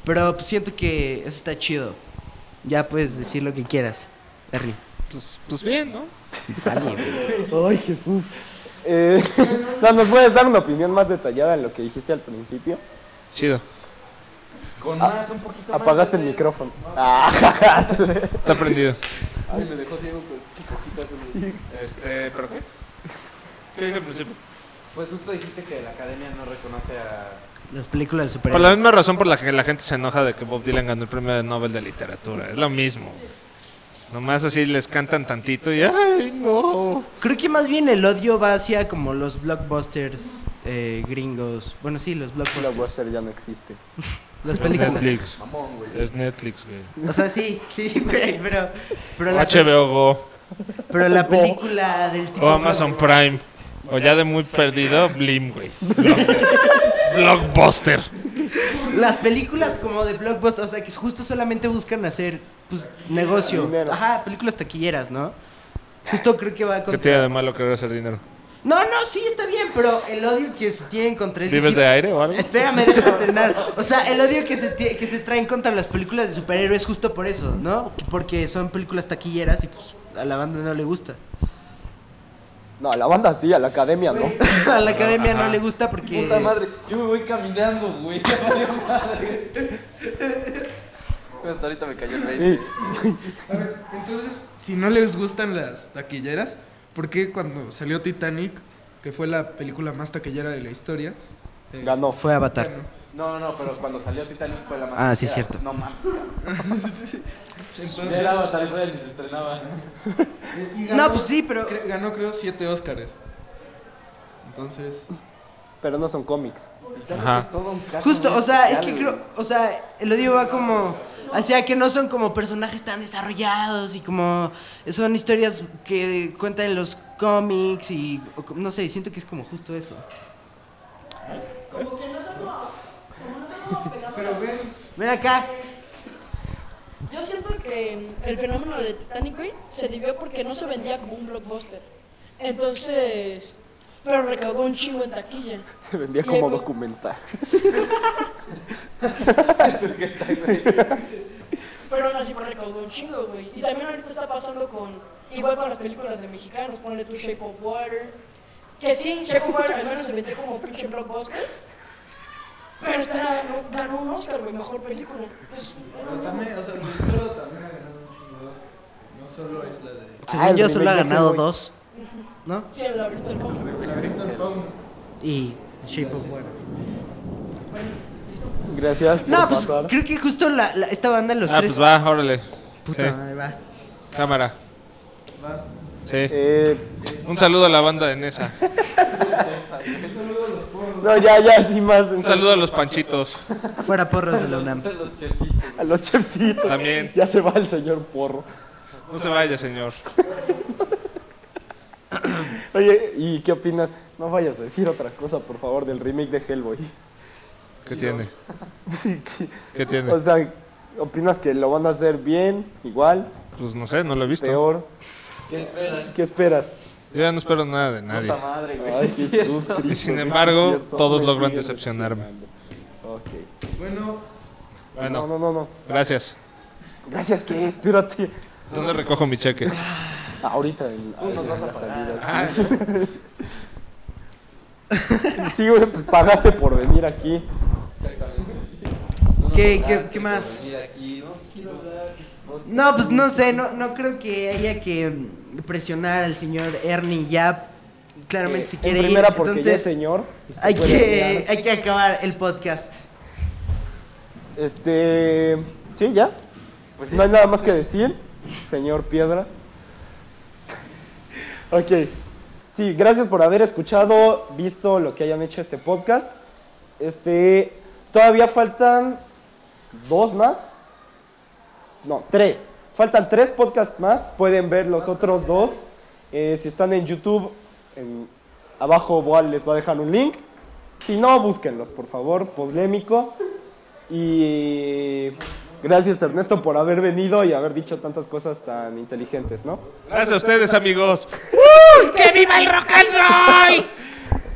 pero pues, siento que eso está chido. Ya puedes decir lo que quieras, Harry.
Pues, pues bien, ¿no? Ay, Jesús. Eh, o sea, ¿Nos puedes dar una opinión más detallada en lo que dijiste al principio?
Chido.
Con más, un poquito más.
Ah, Apagaste
de-
el micrófono.
Ah.
Ah,
Está prendido.
Ay, me dejó ciego con picotitas en el-
Este, ¿pero qué? ¿Qué dije al principio?
Pues justo dijiste que la academia no reconoce a.
Las películas de
Por la
superhéroes.
misma razón por la que la gente se enoja de que Bob Dylan ganó el premio de Nobel de Literatura. Es lo mismo. Nomás así les cantan tantito y ¡ay, no!
Creo que más bien el odio va hacia como los blockbusters eh, gringos. Bueno, sí, los blockbusters.
Blockbuster ya no existe.
Las
Es
películas.
Netflix.
Mamón, güey.
Es Netflix, güey.
O sea, sí, sí, güey, pero. Pero la,
HBO Go.
pero la película del tipo.
O Amazon Prime. O ya de muy perdido, Blim, güey. Block- Blockbuster.
Las películas como de blockbuster, o sea, que justo solamente buscan hacer pues, negocio.
Dinero.
Ajá, películas taquilleras, ¿no? Justo creo que va
¿Qué
contra.
tiene de malo querer hacer dinero?
No, no, sí, está bien, pero el odio que se tienen contra ese
¿Vives
tipo-
de aire o algo?
Espérame, déjame terminar. O sea, el odio que se, tie- que se traen contra las películas de superhéroes es justo por eso, ¿no? Porque son películas taquilleras y pues a la banda no le gusta.
No, a la banda sí, a la academia no.
A la academia no le gusta porque...
Puta madre, yo me voy caminando, güey. Ya valió madre. Pues Hasta ahorita me cayó el 20.
A ver, entonces, si no les gustan las taquilleras, ¿por qué cuando salió Titanic, que fue la película más taquillera de la historia, eh,
Ganó.
Fue Avatar.
ganó?
No, no, no, pero cuando salió Titanic fue la más.
Ah, sí,
taquillera.
cierto.
No mames.
Entonces,
Ya era Avatar, eso ya ni se estrenaba.
y- y
No, pues sí, pero...
cre- ganó creo siete Óscares. Entonces,
Pero no son cómics.
Ajá.
Todo un caso
Justo,
muy
o sea, es que
especial,
creo... O sea, el odio va como... Hacia que no son como personajes tan desarrollados y como... Son historias que cuentan en los cómics y... o co- No sé, siento que es como justo eso.
Como que no son como, como no son como pegados.
Ven acá.
Yo siento que mm, el fenómeno de Titanic, güey, se debió porque no se vendía como un blockbuster. Entonces, pero recaudó un chingo en taquilla.
Se vendía
Y
como
pues-
documental.
Pero aún así pues, recaudó un chingo, güey. Y también ahorita está pasando con, igual con las películas de mexicanos, ponle tu Shape of Water. Que sí, Shape of Water al menos se vendió como pinche blockbuster. Pero está, no, ganó un Oscar, güey, mejor película. Pues,
pero también, o sea, el toro también ha ganado un chingo de Óscar. No solo es la de
Según
Ah, el
yo solo ha
remake de
ganado
Hellboy.
dos. ¿No?
sí, el laberinto del fondo.
Victor Faun.
Y Shape of Water.
Gracias por
No, pues
pasar.
creo que justo la, la- esta banda los
Ah,
tres.
pues va, órale.
Puta
Sí.
madre, va.
Cámara. Sí.
Eh,
Un saludo a la banda de Nesa.
no, ya, ya, sí más.
Un saludo a los panchitos.
Fuera porros de la UNAM.
A los chefcitos.
También.
Ya se va el señor Porro.
No se vaya, señor.
Oye, ¿y qué opinas? No vayas a decir otra cosa, por favor, del remake de Hellboy.
¿Qué tiene?
Sí, sí.
¿Qué
O
tiene?
sea, ¿opinas que lo van a hacer bien, igual,
Pues no sé, no lo he visto. Yo
peor?
¿Qué esperas?
¿Qué esperas?
ya no espero nada de nadie.
Puta madre, güey.
Ay,
sí, es
Jesús
cierto.
Cristo,
Y sin
sí es
embargo,
cierto.
todos
Me
logran
sigue
decepcionarme.
decepcionando. Ok.
Bueno,
No,
Bueno,
no, no, no.
gracias.
Gracias, que espérate.
¿Dónde recojo mi cheque?
Ahorita en, en la salida.
Ah,
sí. Sí, güey, pues pagaste por venir aquí.
¿Qué, qué, qué más?
Pues
No, pues no sé, no, no creo que haya que mm, presionar al señor Ernie ya. Claramente si quiere
Eh, en
ir.
primera porque ya
Entonces,
es señor. y se
hay
puede
que,
mirar.
hay que acabar el podcast.
Este... Sí, ya. no hay nada más que decir, señor Piedra. ok. Sí, gracias por haber escuchado, visto lo que hayan hecho este podcast. Este... Todavía faltan dos más. No, tres. Faltan tres podcasts más. Pueden ver los otros dos. Eh, si están en YouTube, en Abajo Boal les va a dejar un link. Si no, búsquenlos, por favor, Podlémico. Y gracias Ernesto por haber venido y haber dicho tantas cosas tan inteligentes, ¿no?
Gracias a ustedes, amigos.
¡Que viva el rock and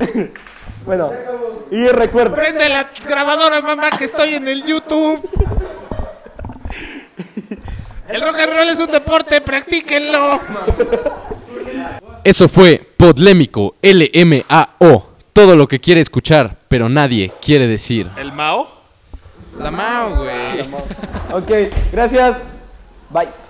roll!
Bueno, y recuerden...
Prende la grabadora, mamá, que estoy en el YouTube. El rock and roll es un deporte, practíquenlo.
Eso fue Podlémico LMAO. Todo lo que quiere escuchar, pero nadie quiere decir.
¿El Mao?
La Mao, güey.
Ok, gracias. Bye.